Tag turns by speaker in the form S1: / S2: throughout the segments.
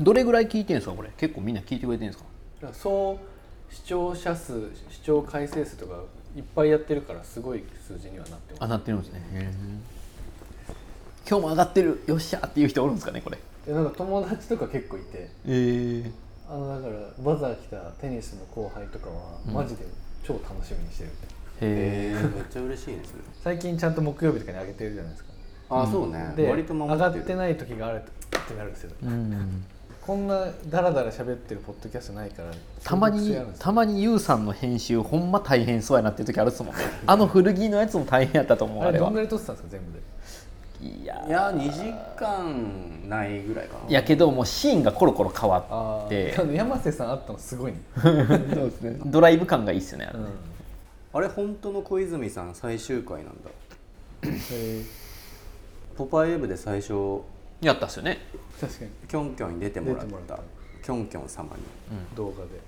S1: どれぐらい聞いてるんですかこれ結構みんな聞いてくれてるんですか
S2: だからそう視聴者数視聴回生数とかいっぱいやってるからすごい数字にはなってま
S1: あなってるんですね今日も上がってるよっしゃーっていう人おるんですかねこれ
S2: すでなんか友達とか結構いて
S1: ええ
S2: あのだからバザー来たテニスの後輩とかはマジで超楽しみにしてるみたいな、
S1: へ
S3: えー、 めっちゃ嬉しいねそれ
S2: 最近ちゃんと木曜日とかに上げてるじゃないですか
S3: あーそうね、
S2: で
S3: 割と守
S2: 上が
S3: っ
S2: って
S3: る
S2: てない時があるってなるんですよ
S1: えうん
S2: こんなダラダラ喋ってるポッドキャストないから
S1: たま
S2: そうい
S1: に
S2: う癖あるんですよ
S1: たまにゆうさんの編集ほんま大変そうやなっていう時あるっすもんねあの古着のやつも大変やったと思うあ
S2: あれ
S1: れ
S2: ど
S1: は
S2: んぐらい撮ってたんですか全部で
S1: いや
S3: いや2時間ないぐらいかない
S1: やけどもうシーンがコロコロ変わ
S2: あ
S1: っ
S2: ー
S1: て
S2: あの山瀬さんあったのすごいね、
S1: ドライブ感がいいっすよねあれ
S2: うん
S1: ね、
S3: あれ本当の小泉さん最終回なんだ
S2: えー
S3: ポパイウェブで最初
S1: やったっすよね
S2: 確かに
S3: キョンキョンに出てもらっ
S2: 出てもら
S3: た
S2: っ
S3: キョンキョン様に
S2: 動画で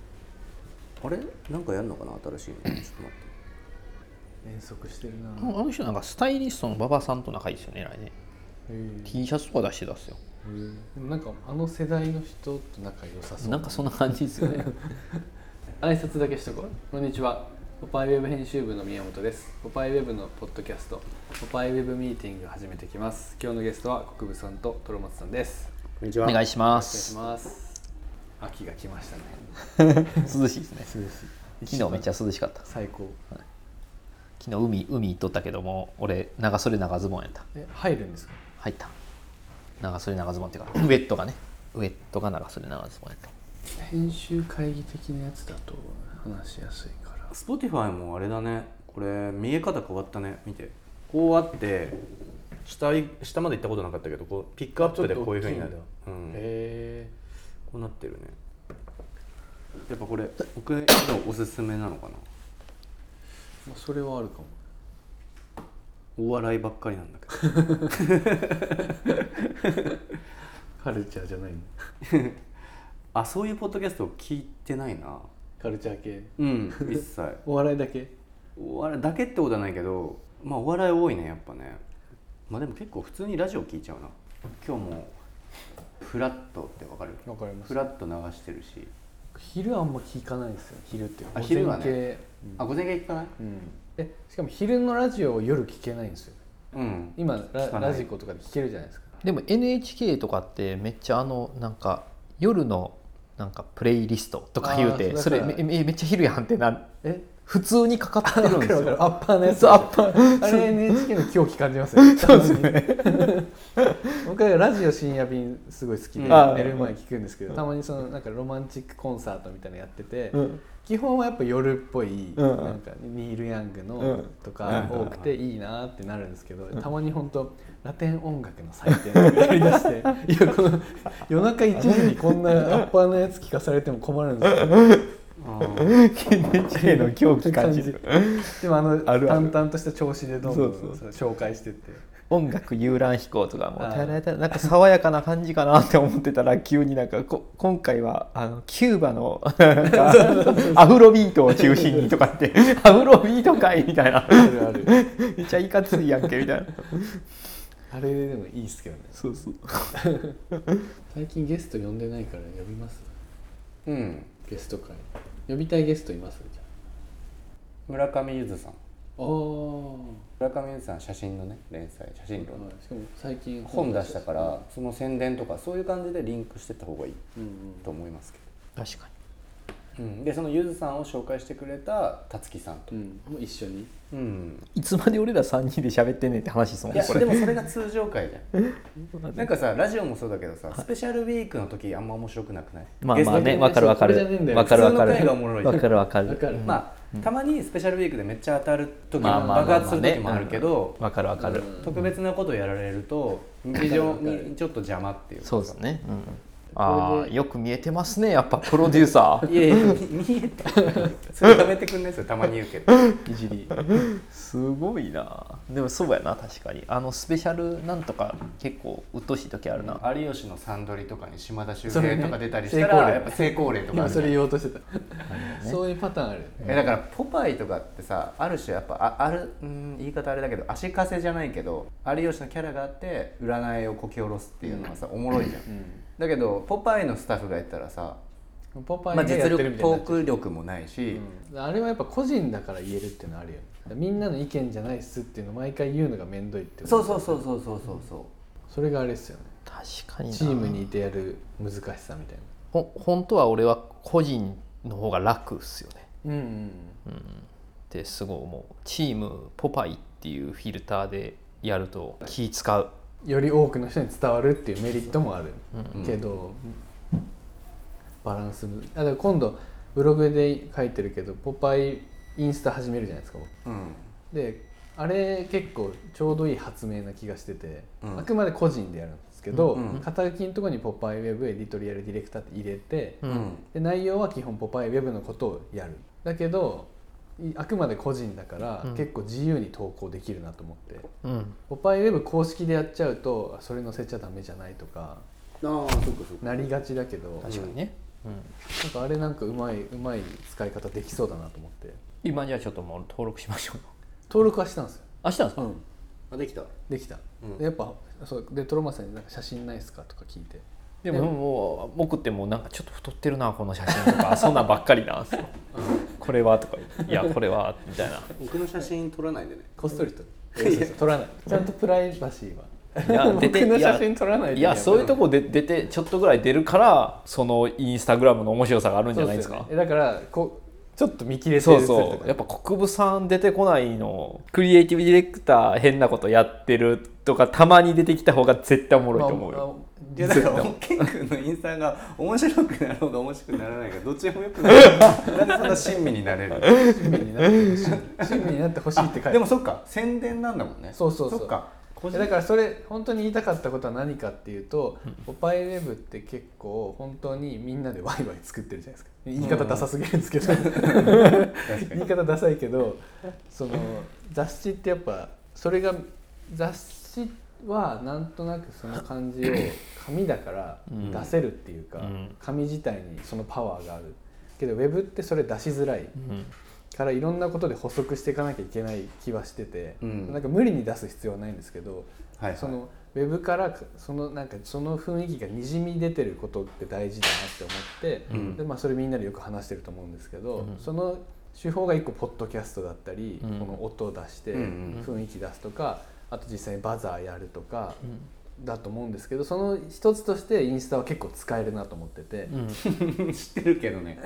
S3: あれなんかやるのかな 新しいのちょっと待って
S2: 遠足してるな、
S1: あの人なんかスタイリストの馬場さんと仲いいっすよね来ね
S2: へー
S1: T シャツとか出してたっすよ
S2: でもなんかあの世代の人と仲良さそう
S1: なんかそんな感じですよね
S2: 挨拶だけしとこうこんにちはポパイウェブ編集部の宮本ですポパイウェブのポッドキャストポパイウェブミーティング始めてきます今日のゲストは国分さんとトロマツさんです
S3: こんにち
S1: お
S3: は
S1: 願いしま
S2: お願いし
S1: す
S2: ます秋が来ましたね
S1: 涼しいですね
S2: 涼しい
S1: 昨日めっちゃ涼しかった
S2: 最高
S1: 昨日海海行っとったけども俺長袖長ズボンやった
S2: え入るんですか
S1: 入った長袖長ズボンっていうかウェットがねウェットが長袖長ズボンやった
S2: 編集会議的なやつだと話しやすいから
S3: スポティファイもあれだねこれ見え方変わったね見てこうあって下い下まで行ったことなかったけどこうピックアップでこういうふうになる
S2: ちょっ
S3: う
S2: へ
S3: ん、
S2: え
S3: こうなってるねやっぱこれ僕のおすすめなのかな
S2: まあ、それはあるかも
S3: お笑いばっかりなんだけど
S2: カルチャーじゃないの
S3: あそういうポッドキャストを聞いてないな
S2: カルチャー系
S3: うん一切
S2: お笑いだけ
S3: お笑いだけってことはないけどまあお笑い多いねやっぱねまあでも結構普通にラジオ聞いちゃうな今日もフラットってわかる
S2: わかり
S3: フラット流してるし
S2: 昼あんま聞かないですよ昼って
S3: あ昼は
S2: 午前系
S3: ねあ午前が聞かない
S2: うん、えしかも昼のラジオを夜聞けないんですよ
S3: うん
S2: 今ラ
S3: 聞かない
S2: ラジコとかで聞けるじゃないですか
S1: でも NHK とかってめっちゃあのなんか夜のなんかプレイリストとか言う
S2: あ
S1: て
S2: ー
S1: そ
S2: それ
S1: れめめめっちゃ昼やんってな
S2: え
S1: 普通にかかってるん
S2: わか
S1: です
S2: るわか
S1: よ
S2: るアッパーのやつ
S1: そうアッパー
S2: あれ NHK の狂気感じますよねそうですね僕はラジオ深夜便すごい好きで
S3: う
S2: 寝
S3: んあー
S2: る前に聞くんですけどたまにそのなんかロマンチックコンサートみたいなのやってて、
S1: うん
S2: 基本はやっぱ夜っぽい、
S1: うん
S2: なんかニール・ヤング
S1: う
S2: の
S1: ん
S2: とか
S3: うん
S2: 多くていいなってなるんですけど、たまに本当ラテン音楽の祭典をやりだしていやこの夜中1時にこんなアッパーのやつ聞かされても困るんですよ
S3: あー
S1: NHK の狂気感じ
S2: 感
S1: る
S2: でもあの
S1: ある
S2: 淡々とした調子でどんどん
S1: そうそ
S2: それ紹介してって
S1: 音楽遊覧飛行とかも
S2: あー
S1: たらたらなんか爽やかな感じかなって思ってたら急になんかこ今回はあのキューバのなんかアフロビートを中心にとかってアフロビートかいみたいな
S2: あるある
S1: めっちゃいかついやんけみたいな
S2: あれでもいいっすけどね
S1: そうそう
S2: 最近ゲスト呼んでないから呼びます
S3: うん
S2: ゲスト会呼びたいゲストいますじゃ
S3: 村上ゆずさん
S2: あお
S3: 村上ゆずさん写真のね連載写真論
S2: しかも最近
S3: 本出したからその宣伝とかそういう感じでリンクしてった方がいいと思いますけ
S1: 確か
S3: ど、うんでそのゆずさんを紹介してくれたたつきさんと、
S2: うん、もう一緒に
S3: うん、
S1: にいつまで俺ら3人で喋ってんねんって話ですもん
S3: いや
S1: ねこ
S3: で
S1: れ
S3: もそれが通常回 じゃんなんかさラジオもそうだけどさスペシャルウィークの時あんま面白くなくない
S1: まあまあ
S2: ゲスト
S1: ね
S2: で
S1: わかるわか
S2: そうこれじゃねえん
S1: る
S2: だよ
S1: わかるわかる
S3: 普通の回がおもろいじゃん
S1: わかるわかる
S2: わかる
S3: まあたまにスペシャルウィークでめっちゃ当たる時
S1: まあ
S3: も
S1: まあ
S3: 爆
S1: まあ
S3: 発
S1: ますあ
S3: る
S1: ね
S3: 時もあるけど
S1: わかるわかる
S2: うん
S3: 特別なことをやられると日常にちょっと邪魔っていうか
S1: そうですねうんああよく見えてますねやっぱプロデューサー
S3: いやいやみ見え てないそれやめてくんないですよたまに言うけど
S2: いじり
S1: すごいなでもそうやな確かにあのスペシャルなんとか結構うっとうしい時あるな、
S3: 有吉のサンドリとかに島田秀
S2: それ
S3: 平
S2: ね
S3: とか出たりしたら、
S2: 成功例
S3: やっぱ成功例とかあ
S2: 今
S3: る
S2: そ
S3: じゃん
S2: れ言おうとしてた、
S1: ね
S2: そういうパターンあるよね
S3: えだからポパイとかってさある種やっぱああるうん言い方あれだけど足かせじゃないけど有吉のキャラがあって占いをこき下ろすっていうのはさ、おもろいじゃん、だけどポパイのスタッフがやったらさ、
S2: ポパイ
S3: ま
S2: が
S3: あ、実
S2: やってるみたい
S3: 力
S2: に
S3: ト
S2: なっち
S3: ー
S2: ゃう
S3: ク力もないし、
S2: うんあれはやっぱ個人だから言えるっていうのはあるよねだからみんなの意見じゃないっすっていうのを毎回言うのがめんどいってこと
S3: そうそうそうそうそうそうそう
S2: それがあれですよね
S1: 確かにな
S2: チームにいてやる難しさみたい
S1: ほ本当は俺は個人の方が楽っすよね
S2: なうんうん
S1: ってすごい思うチームポパイっていうフィルターでやると気使う
S2: より多くの人に伝わるっていうメリットもある、
S1: うん
S2: けどバランスむあだから今度ブログで書いてるけど「ポパイ」インスタ始めるじゃないですか僕
S3: うん
S2: であれ結構ちょうどいい発明な気がしてて、
S3: うん
S2: あくまで個人でやるんですけど、
S3: うんうん
S2: 肩書きのところに「ポパイウェブエディトリアルディレクター」って入れて、
S1: う
S3: うんん
S2: で内容は基本「ポパイウェブのことをやるだけどいあくまで個人だから、
S1: うん
S2: 結構自由に投稿できるなと思って
S1: うん
S2: 「ポパイウェブ公式でやっちゃうとあそれ載せちゃダメじゃないとか
S3: ああそっかそっ
S2: なりがちだけど
S1: 確かにね、うん
S2: なんかあれなんかうまいうまい使い方できそうだなと思って
S1: 今じゃあちょっともう登録しましょう
S2: 登録はしたんですよ
S1: 明日なんですか、
S3: うんあできた
S2: できた、
S3: うん
S2: でやっぱそうでトロマさんになんか写真ないですかとか聞いて
S1: でももう僕ってもうなんかちょっと太ってるなこの写真とかそんなんばっかりなんですよこれはとかいやこれはみたいな
S3: 僕の写真撮らないでね
S2: こっそりと撮らないちゃんとプライバシーは
S1: いや 出て
S2: 僕の写真撮らないで
S1: いやそういうと
S2: こ
S1: こで出てちょっとぐらい出るからそのインスタグラムの面白さがあるんじゃないですか
S2: だからこうちょっと見切れて
S1: そ
S2: る
S1: うそうやっぱ国分さん出てこないのクリエイティブディレクター変なことやってるとかたまに出てきた方が絶対おもろいと思うよ、
S3: いやだからケン君のインスタが面白くなろうが面白くならないがどっちでもよくない なんでそんな親身になれる
S2: 趣味になってほしい趣味になってほしいって書い
S3: で
S2: て
S3: もそっか宣伝なんだもんね
S2: そうそうそう
S3: そっか個人
S2: だからそれ本当に言いたかったことは何かっていうとポパイウェブって結構本当にみんなでワイワイ作ってるじゃないですか言い方ダサすぎるんです けど言い方ダサいけどその雑誌ってやっぱそれが雑誌はなんとなくその感じを紙だから
S1: うん
S2: 出せるっていうか、
S1: うん
S2: 紙自体にそのパワーがあるけどウェブってそれ出しづらい
S1: うん
S2: からいろんなことで補足していかなきゃいけない気はしてて、
S3: うん
S2: なんか無理に出す必要はないんですけど、
S3: はいはい
S2: そのウェブからかそのなんかその雰囲気がにじみ出てることって大事だなって思って、
S3: うん
S2: でまあ、それみんなでよく話してると思うんですけど、
S1: うん
S2: その手法が一個ポッドキャストだったり、
S1: うん
S2: この音を出して
S3: うん
S2: 雰囲気出すとか、あと実際にバザーやるとか。
S1: うん
S2: だと思うんですけどその一つとしてインスタは結構使えるなと思ってて、
S1: うん
S3: 知ってるけ どね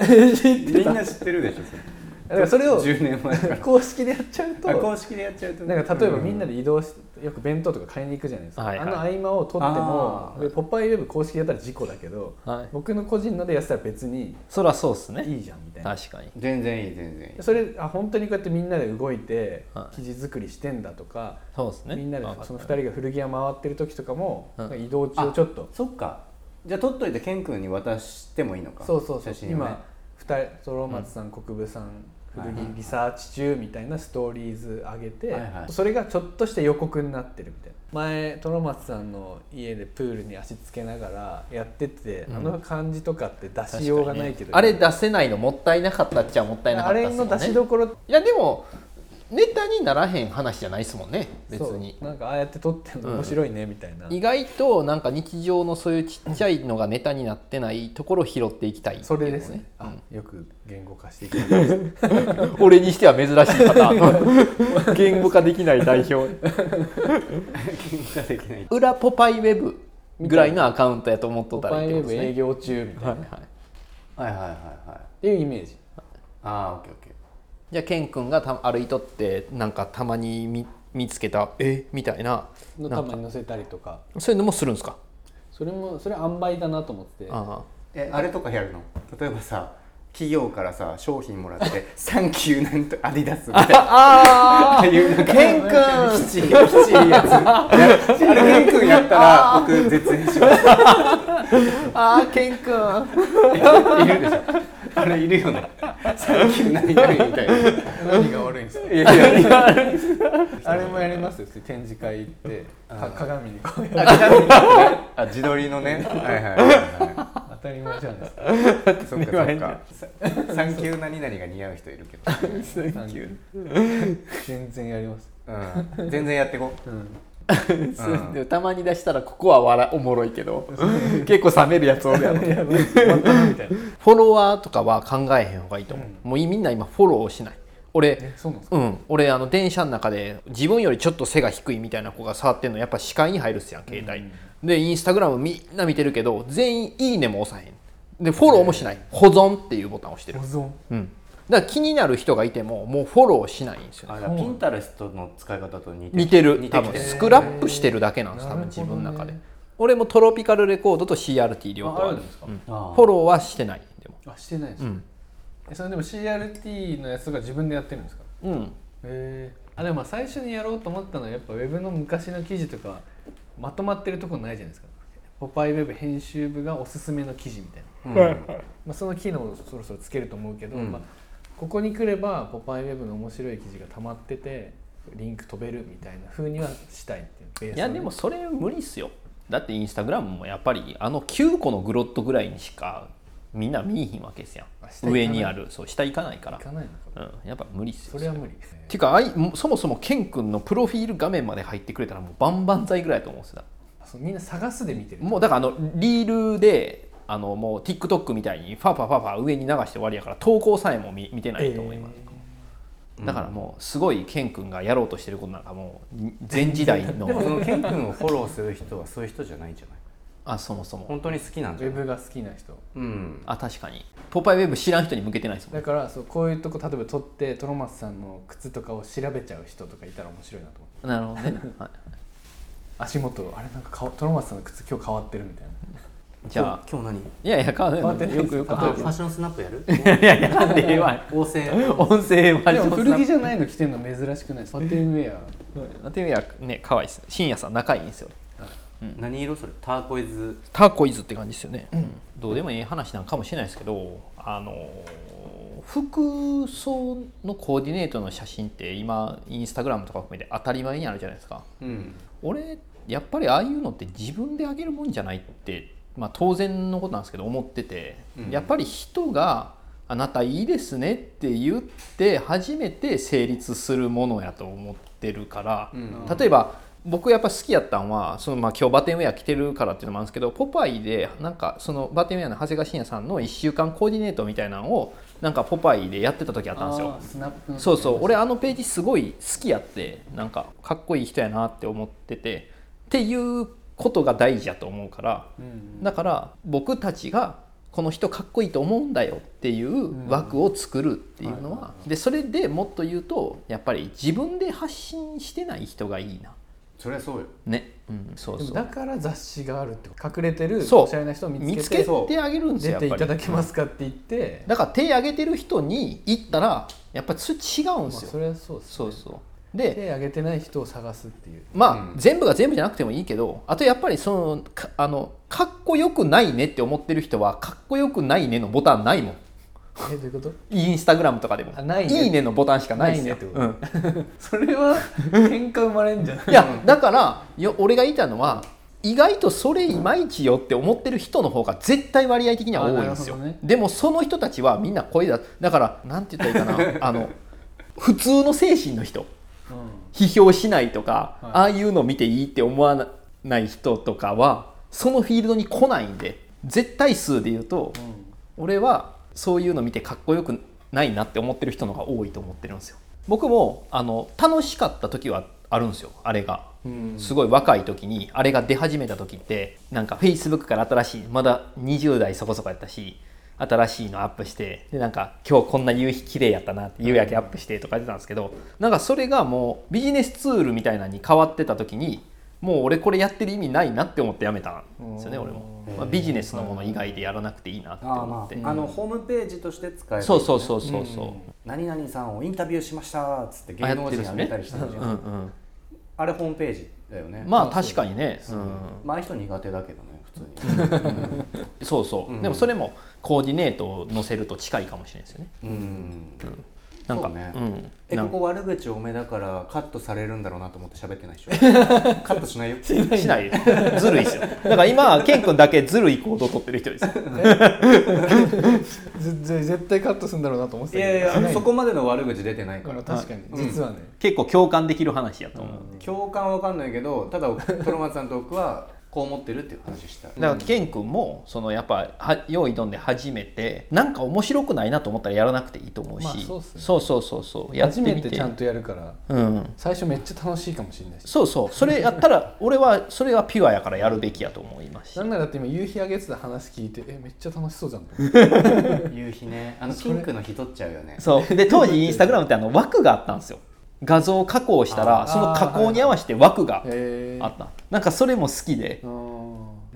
S3: み
S2: み
S3: んな知ってるでしょそれ
S2: だからそれを
S3: 10年前から
S2: 公式でやっちゃ うと
S3: あ公式でやっちゃうとね
S2: なんか例えば
S3: う
S2: みんなで移動してよく弁当とか買いに行くじゃないですか、
S1: はいはい
S2: あの合間を取っても
S3: あー
S2: でポッパイウェブ公式やったら事故だけど、
S1: はい
S2: 僕の個人のでやってたら別に
S1: そりゃそうっすね
S2: いいじゃんみたいな
S1: 確かに
S3: 全然いい全然いい
S2: それあ本当にこうやってみんなで動いて
S1: はい
S2: 記事作りしてんだとか、
S1: そうですね
S2: みんなで
S1: わかった
S2: その2人が古着屋回ってる時とか
S1: うん
S2: も、なんか移動中ちょっと
S3: そっかじゃあ撮っといてケン君に渡してもいいのか
S2: そうそうそう、
S3: 写真をね
S2: 今2人そろ松さん、国分さん古着リサーチ中みたいなストーリーズ上げて、
S3: はいはい
S2: それがちょっとした予告になってるみたいな前トロマツさんの家でプールに足つけながらやってて、
S1: うん
S2: あの感じとかって出しようがないけど、
S1: あれ出せないのもったいなかったっちゃもったいなか
S2: あ
S1: ったっ
S2: れ
S1: すも
S2: の
S1: んね
S2: 出しどころ
S1: いやでもネタにならへん話じゃないですもんね別
S2: そう
S1: に
S2: なんかああやって撮ってるの面白いねみたいな、
S1: 意外となんか日常のそういうちっちゃいのがネタになってないところを拾っていきたいっていう
S2: そ
S1: の
S2: れ
S1: ね
S2: ですねあよく言語化していくれ た
S1: 俺にしては珍しいパターン 言語化できない代表
S3: 喧嘩できない
S1: 裏ポパイウェブぐらいのアカウントやと思っと
S2: ポ
S1: ったら
S2: パ
S1: い
S2: イ
S1: い
S2: ウ
S1: ってこと
S2: ェブ
S1: です
S2: 営
S1: ね
S2: 業中みたいな、
S1: はい
S2: っ
S1: はい
S3: はいはいはいはい
S2: ていうイメージ
S3: ああオッケーオッケー
S1: じゃあケン君がた歩いとってなんかたまに見見つけたえみたいな
S2: のたまに載せたりとか
S1: そういうのもするんですか
S2: それもそれ塩梅だなと思って
S1: あ
S3: えあれとかやるの例えばさ企業からさ商品もら って「サンキューなんとアディダス」みたいな
S1: あ
S3: ああいうなんか
S1: ケン君
S3: きちいきちいやついやあれケン君やったら僕絶縁します
S1: あーケン君
S3: いるでしょあれいるよねサンキューないないみたいな
S2: 何が悪いんですか
S3: いやいやいや
S2: あれもやりますよ展示会行ってか鏡にこうやる
S3: あ自撮りのねはいはいはいは
S2: 当たり前じゃないです か
S3: いそっ かそっかササンキュー何々が似合う人いるけど、
S2: 全然やります
S3: うん、全然やってこ
S2: うんん
S1: でもたまに出したらここは笑おもろいけど結構冷めるやつおるやろ
S2: やばい終わったなみたいな
S1: フォロワーとかは考えへん方がいいと思う、もうみんな今フォローしない俺
S2: えそうなんですか
S1: うん俺あの電車の中で自分よりちょっと背が低いみたいな子が触ってんのやっぱ視界に入るっすやん携帯、でインスタグラムみんな見てるけど全員「いいね」も押さへんでフォローもしない保存っていうボタンを押してる
S2: 保、存
S1: うん、だから気になる人がいてももうフォローしないんですよね
S3: あだからピンタレストの使い方と似て
S1: 似てる
S3: 似て
S1: 多
S3: きて
S1: 分
S3: る
S1: スクラップしてるだけなんです多分
S2: なる
S1: 自
S2: ほどね
S1: 分の中で、俺もトロピカルレコードと CRT 両
S2: あ
S1: 方
S2: あ
S1: あ
S2: る
S1: る
S2: んですか
S3: あ
S1: フォローはしてないでも
S2: あしてないんです
S1: う
S2: か
S1: ん、
S2: えそれでも CRT のやつが自分でやってるんですか
S1: うん、
S2: へえあでもまあ最初にやろうと思ったのはやっぱウェブの昔の記事とかまとまってるところないじゃないですかポパイウェブ編集部がおすすめの記事みたいな、
S3: うんうん
S2: まあ、その機能をそろそろつけると思うけど、
S3: うん
S2: まあ、ここに来ればポパイウェブの面白い記事が溜まっててリンク飛べるみたいな風にはしたいっていうベースをね
S1: いやでもそれ無理っすよだってインスタグラムもやっぱりあの9個のグロッドぐらいにしかみんな見えひんわけですや
S2: あ下
S1: ん
S2: 行かない
S1: 上にあるそう下行かないから
S2: いかないのか
S1: うん、やっぱ無理っすよ
S2: それは無理
S1: ていうかあいそもそもケン君のプロフィール画面まで入ってくれたらもうバンバン剤ぐらいだと思うんですよ
S2: あそうみんな探すで見てる
S1: もうだからあのリールであのもう TikTok みたいにファファファファ上に流して終わりやから投稿さえも見見てないと思います、だからもうすごいケン君がやろうとしてることなんかもう全時代
S3: でもそ
S1: の
S3: のケン君をフォローする人はそういう人じゃないんじゃない
S1: あそもそも
S3: 本当に好きなん
S2: ウ
S3: じゃ
S2: ェ
S3: ない
S2: ブが好きな人
S3: うん
S1: あ確かにポパイウェブ知らん人に向けてないですもん
S2: だからそうこういうとこ例えば撮ってトロマスさんの靴とかを調べちゃう人とかいたら面白いなと思って
S1: なるほどね、はい、
S2: 足元あれなんかかわトロマスさんの靴今日変わってるみたいな
S1: じゃあ
S3: 今日今日
S1: いやいや変わ
S2: わ
S1: ん
S2: っ
S1: な
S2: て
S1: い
S2: ない
S1: よくよく
S3: 何
S1: あ
S3: あファッションスナップや る
S1: いやいや なんでええわ
S3: 合成
S1: 音声は
S2: でも古着じゃないの着てるの珍しくないですかパテンウェア
S1: なんていうやね可愛いです深夜さん仲いいんですよ
S3: 何色それターコイズ
S1: ターコイズって感じですよね、どうでもいい話なんかもしれないですけどあのー服装のコーディネートの写真って今インスタグラムとか含めて当たり前にあるじゃないですか
S3: うん
S1: 俺やっぱりああいうのって自分であげるもんじゃないって、まあ、当然のことなんですけど思ってて、
S3: うん
S1: やっぱり人が「あなたいいですね」って言って初めて成立するものやと思ってるから、
S3: うん
S1: 例えば僕やっぱ好きやったんはその、まあ、今日バテンウェア着てるからっていうのもあるんですけど「ポパイ」でなんかそのバテンウェアの長谷川信也さんの1週間コーディネートみたいなのをなんか「ポパイ」でやってた時あったんですよ。
S2: あースナップの
S1: そうそう俺あのページすごい好きやってなんかかっこいい人やなって思っててっていうことが大事やと思うから
S2: うん
S1: だから僕たちがこの人かっこいいと思うんだよっていう枠を作るっていうの
S2: うんはい
S1: はでそれでもっと言うとやっぱり自分で発信してない人がいいな
S3: そりゃそうよ
S1: ね、うん、そう
S2: でも
S1: そ
S2: だ
S1: う
S2: から雑誌があるってこと隠れてる
S1: そう
S2: おしゃれな人を見
S1: 見
S2: つ
S1: つけ
S2: けて
S1: てあげるんですよ
S2: 出
S1: やってぱ
S2: いただ
S1: り
S2: けますかって言って
S1: だから手挙げてる人に行ったらやっぱりそれ違うん
S2: まあ
S1: ですよ
S2: それはそうです
S1: そうそうで
S2: 手挙げてない人を探すっていう
S1: まあ、
S3: うん
S1: 全部が全部じゃなくてもいいけどあとやっぱりそのかあのかっこよくないねって思ってる人はかっこよくないねのボタンないもん
S2: えどういうこと
S1: インスタグラムとかでも
S2: あないね
S1: いねのボタンしかないですよ
S2: ないねってこと
S1: うん
S2: それは喧嘩生まれんじゃない
S1: いやだからよ俺が言いたいのは意外とそれいまいちよって思ってる人の方が絶対割合的には多いんですよ、
S2: あなるほどね
S1: でもその人たちはみんな声だだからなんて言ったらいいかな あの普通の精神の人
S2: う
S1: 批評しないとか、
S2: はい
S1: ああいうの見ていいって思わない人とかはそのフィールドに来ないんで絶対数で言うと、
S2: んうん
S1: 俺はそういうの見てかっこよくないなって思ってる人の方が多いと思ってるんですよ僕もあの楽しかった時はあるんですよあれが、すごい若い時にあれが出始めた時ってなんか Facebook から新しいまだ20代そこそこやったし新しいのアップしてでなんか今日こんな夕日綺麗やったなって夕焼けアップしてとか出たんですけどなんかそれがもうビジネスツールみたいなのに変わってた時にもう俺これやってる意味ないなって思ってやめたんですよね俺も、まあ、ビジネスのもの以外でやらなくていいなって
S3: ああ
S1: 思っ
S3: ま
S1: て、
S3: ああのホームページとして使える
S1: そうそうそうそうそう、
S3: 何々さんをインタビューしましたっつって芸能人にあげたりしてるじゃ
S1: うんう
S3: ん
S1: ん
S3: あれホームページだよね
S1: まあ確かにね、うん
S3: まあああいう人苦手だけどね普通
S1: そうそう、
S3: うん
S1: でもそれもコーディネートを載せると近いかもしれないですよね
S3: にうん
S1: なんか
S3: そうね
S1: ん
S3: え
S1: な
S3: こ
S1: んか
S3: こ悪口多めだからカットされるんだろうなと思って喋ってないで しょカットしないよ
S1: しないよずるいですよだから今ケン君だけずるい行動を取ってる人です
S2: ぜぜ絶対カットするんだろうなと思って
S3: い
S2: たけ
S3: や
S2: ど
S3: いや
S2: しない
S3: そこまでの悪口出てないか
S2: からら確かに、
S3: うん
S2: 実はね
S1: 結構共感できる話やと思う、
S3: 共感は分かんないけどただトロマツさんと僕はこう思ってるっていう話したい
S1: だからケン君もそのやっぱは用意どんで始めてなんか面白くないなと思ったらやらなくていいと思うし、
S2: まあそうっすね
S1: そうそうそうそうやって
S2: 初
S1: みて
S2: めてちゃんとやるから
S1: うん、
S2: 最初めっちゃ楽しいかもしれないし
S1: そうそうそれやったら俺はそれがピュアやからやるべきやと思いますし
S2: なんならだって今夕日あげてた話聞いてえめっちゃ楽しそうじゃん
S3: 夕日ねあのピンクの日取っちゃうよね
S1: そうで当時インスタグラムってあの枠があったんですよ画像加工したら
S2: あー
S1: その加工に合わせて枠が
S2: へえ
S1: あったなんかそれも好きで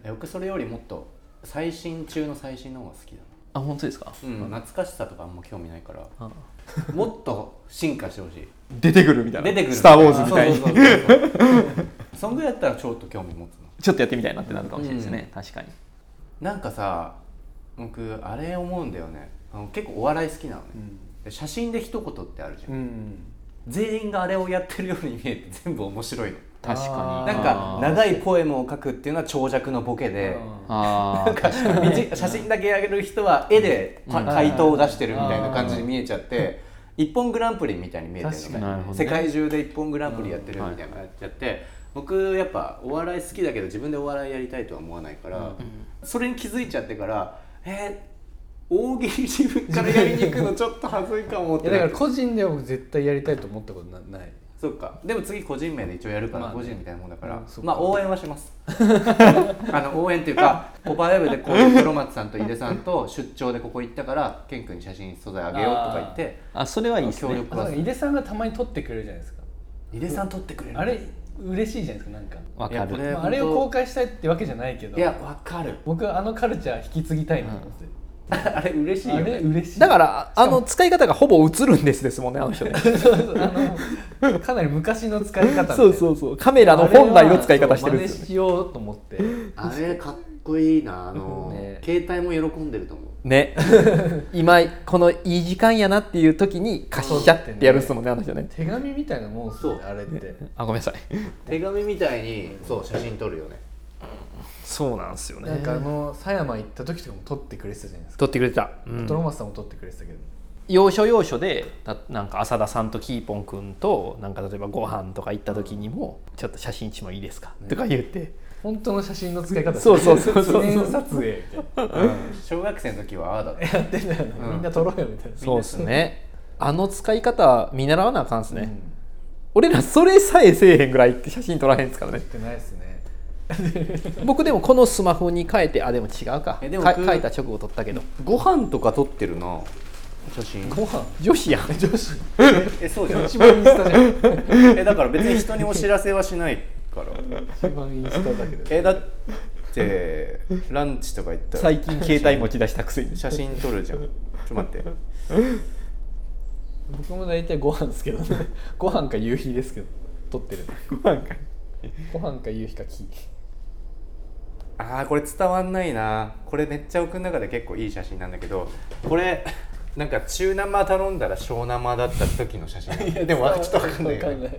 S3: え僕それよりもっと最新中の最新の方が好きだな
S1: あ本当ですか
S3: うん懐かしさとかあんま興味な いから
S1: あ
S3: もっと進化してほしい
S1: 出てくるみたいな
S3: 出てくる
S1: スター・ウォーズみたいに
S3: そうそうそうそうそんぐらいやったらちょっと興味持つの
S1: ちょっとやってみたいなってなるかもしれないですね、確かに
S3: なんかさ僕あれ思うんだよねあの結構お笑い好きなのね、で写真で一言ってあるじゃん、
S2: うん
S3: 全員があれをやってるように見えて全部面白いの
S1: 確か
S2: あ
S1: に
S2: ー
S3: なんか長いポエムを書くっていうのは長尺のボケで
S1: あ
S3: なんか短い写真だけやる人は絵でか
S1: うん
S3: 回答を出してるみたいな感じに見えちゃって一本グランプリみたいに見えてる
S2: 確
S1: か
S3: の
S1: に
S3: ね世界中で一本グランプリやってるみたいなのやっちゃって僕やっぱお笑い好きだけど自分でお笑いやりたいとは思わないからそれに気づいちゃってからえー大喜利自分からやりに行くのちょっと恥ずいかもっ
S2: いや
S3: て
S2: だか
S3: な
S2: ら
S3: って
S2: 個人では僕絶対やりたいと思ったことなない
S3: そっかでも次個人名で一応やるから、
S2: まあね
S3: 個人みたいなもんだから、
S2: うんそっか
S3: まあ応援はしますあの応援っていうかポパイブでこういう黒松さんと井出さんと出張でここ行ったからケン君に写真素材あげようとか言って
S1: あそれはいいです
S3: 協
S1: ね
S3: 力
S2: あなん
S3: は
S2: か井出さんがたまに撮ってくれるじゃないですか
S3: 井出さん撮ってくれる
S2: あれ嬉しいじゃないですかなんか、
S1: わ
S3: いや
S1: か
S3: こ
S1: る
S3: れ
S2: まあ、あれを公開したいってわけじゃないけど
S3: いやわかる
S2: 僕はあのカルチャー引き継ぎたいなと思って、
S3: あれ嬉しいよ
S2: あれ
S3: ね
S2: 嬉しい
S1: だからあの使い方がほぼ映るんですですもんねあの人ね
S2: そうそうあのかなり昔の使い方で
S1: そうそうそうカメラの本来の使い方してるん
S2: ん
S1: で
S2: ですす
S1: よ
S2: よ、ね、真似しようと思って
S3: あれかっこいいなあの、
S2: ね
S3: 携帯も喜んでると思う
S1: ね今このいい時間やなっていう時に貸しちゃってやるっすもんねあの人ね
S2: 手紙みたいなもんっすよね
S3: そう
S2: あれって
S1: あごめんなさい
S3: 手紙みたいにそう写真撮るよね
S1: そうなんですよね
S2: なんかあの狭山行った時とかも撮ってくれてたじゃないですか、
S1: 撮ってくれてた、うん
S2: トロマスさんも撮ってくれてたけど
S1: 要所要所でたなんか浅田さんとキーポン君となんか例えばご飯とか行った時にも「ちょっと写真一枚いいですか?」とか言って
S2: 本当の写真の使い方
S1: そうそうそうそう
S2: 記念撮影みたいな
S3: 小学生の時はああだった
S2: やってんだよね、みんな撮ろうよみたいな
S1: そうですねあの使い方見習わなあかんっすね、
S2: うん
S1: 俺らそれさえせえへんぐらい写真撮らへんっすからね
S2: 撮ってないですね
S1: 僕でもこのスマホに変えてあでも違うか
S3: えでも
S1: か
S3: 僕
S1: 変えた直後撮ったけど
S3: ご飯とか撮ってるな写真
S2: ご飯
S1: 女子やん
S2: 女子
S3: えそうじゃん
S2: 一番インスタじゃん
S3: えだから別に人にお知らせはしない から
S2: 一番インスタだけど
S3: えだってランチとか行ったら
S1: 最近携帯持ち出したくせに
S3: 写真撮るじゃんちょっと待って
S2: 僕も大体ご飯ですけどねご飯か夕日ですけど撮ってる
S1: ご飯か
S2: ご飯か夕日か木
S3: ああこれ伝わんないなこれめっちゃ僕の中で結構いい写真なんだけどこれなんか中生頼んだら小生だった時の写 真でもわちょっとわかんないよ
S2: わかんない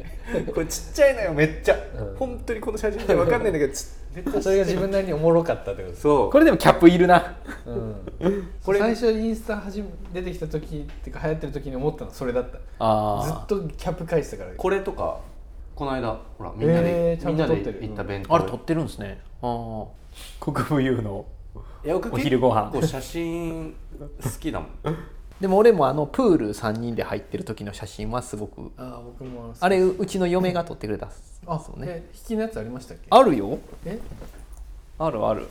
S3: これちっちゃいのよめっちゃ、
S2: うん
S3: 本当にこの写真ってわかんないんだけどち
S2: 絶対それが自分なりにおもろかったってことです
S3: そう
S1: これでもキャップいるな
S2: うん、これ最初インスタ始め出てきた時っていうか流行ってる時に思ったのそれだったず
S1: あ
S2: っとキャップ返してたから
S3: これとかこの間ほらみんなで、
S2: えーちゃ
S3: みん
S2: んと
S3: な
S2: 撮ってる
S3: で行った弁当
S1: あれ撮ってるんですねああ国務有の
S3: いや僕
S1: お昼ご飯
S3: 結構写真好きだもん
S1: でも俺もあのプール3人で入ってる時の写真はすごく
S2: ああ僕も
S1: あれうちの嫁が撮ってくれたっす
S2: あ
S1: そ
S2: そうう
S1: ね
S2: ね引きのやつありましたっけ
S1: あるよ
S2: え
S1: あるある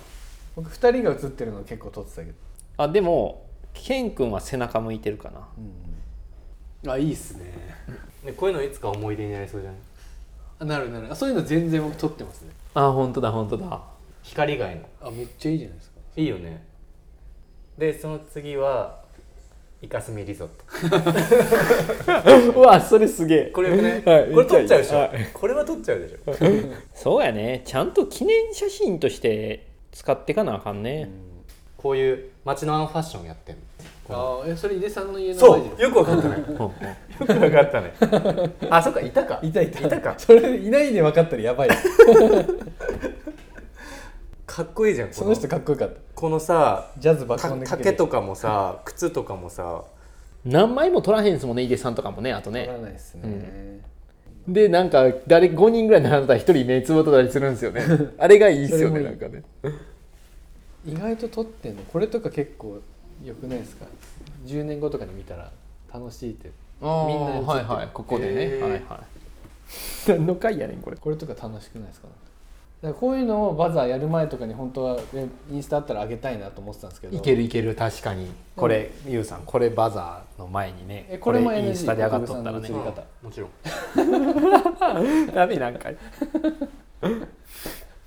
S2: 僕2人が写ってるの結構撮ってたけど、
S1: あでもケン君は背中向いてるかな
S2: あいいっすね
S3: ねこういうのいつか思い出になりそうじゃない
S2: あなるなるあそういうの全然僕撮ってますね
S1: あ本当だ本当だ
S3: 光以外の
S2: あめっちゃいいじゃないですか
S3: いいよねでその次はイカスミリゾット
S1: うわそれすげえ
S3: これよくね、
S1: はい
S3: これ撮っちゃうでしょ、
S1: は
S3: これは撮っちゃうでしょ
S1: そうやねちゃんと記念写真として使ってかなあかんね、
S3: こういう街のあのファッションやってんの
S2: ああえそれ井出さんの家の
S3: そ
S2: 前じゃん
S3: うよくわかったねよ
S1: うんうん
S3: くわかったね あそっかいたか
S2: いたいた
S3: いたか
S2: それいないで分かったらや ばい
S3: かっこいいじゃんこ
S2: その人かっこよかった
S3: このさ
S2: ジャズ爆
S3: た
S2: 音でかけ
S3: 竹
S2: て
S3: とかもさ靴とかもさ
S1: 何枚も取らへんですもんね井出さんとかもねあと
S2: わか
S1: ね
S2: らないですね、
S1: でなんか誰5人ぐらい並んだら1人目つぶとたりするんですよ ねあれがいいっすよ
S2: それもい
S1: ねな
S2: い
S1: んかね
S2: 意外と撮ってんのこれとか結構よくないですか10年後とかに見たら楽しいって
S1: みんな
S2: みんな映ってる
S1: はいはいここでね、
S3: へー
S1: はいはい何の回やねんこれ
S2: これとか楽しくないですかだからこういうのをバザーやる前とかに本当はねインスタあったら上げたいなと思ってたんですけど
S1: いけるいける確かにこれ、ゆうさんこれバザーの前にね
S2: えこれも
S1: インスタで
S2: NG
S1: 上がっとったらね
S2: 国分さんの映り方
S3: もちろん
S1: ダメなんかい
S2: もちろん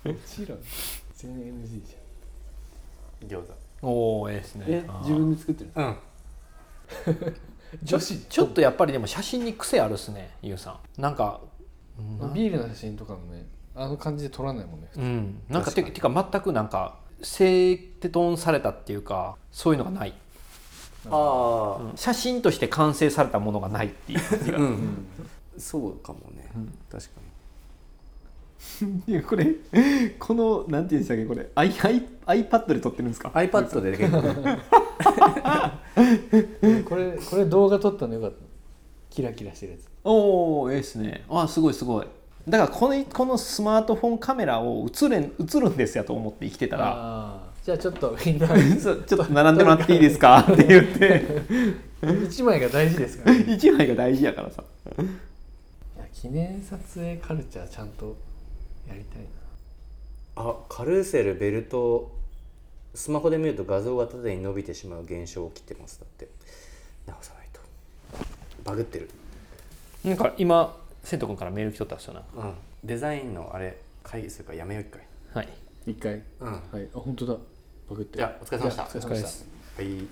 S2: 全然 NG じ
S3: 餃子
S1: おおええですね
S2: ゃんえ
S1: あー
S2: 自分で作ってる
S3: うん
S2: 女子
S1: ちょっとやっぱりでも写真に癖あるっすねゆうさんなんかうん
S2: ビールの写真とかもねあの感じで撮らないもんね
S1: うんなんかててか全くなんか整頓されたっていうかそういうのがない、
S3: あ
S1: 写真として完成されたものがないっていう感じ
S3: あ
S1: が
S3: うんそうかもね確か
S1: いやこれこのなんていうんでしたっけこれ I I iPad で撮ってるんですか
S3: に iPad で結構
S2: これこれ動画撮ったのよかったキラキラしてるやつ
S1: おおええですねあすごいすごいだからこのこのスマートフォンカメラを映れん映るんですよと思って生きてたら
S2: あーじゃあちょっと みんな
S1: そう ちょっと並んでもらっていいです かって言って
S2: 一枚が大事ですから、ね、
S1: 一枚が大事やからさ
S2: いや記念撮影カルチャーちゃんとやりたいな
S3: あカルーセルベルトスマホで見ると画像が縦に伸びてしまう現象起きてますだって直さないとバグってる、
S1: なんか今せんと君からメール来とったっすよな
S3: うん、デザインのあれ会議するからやめよう一回
S1: はい
S2: 一回
S3: うん
S2: はいあ本当だバグって
S3: じゃあお疲れ様でした
S2: じゃあお疲れ様でした
S3: はい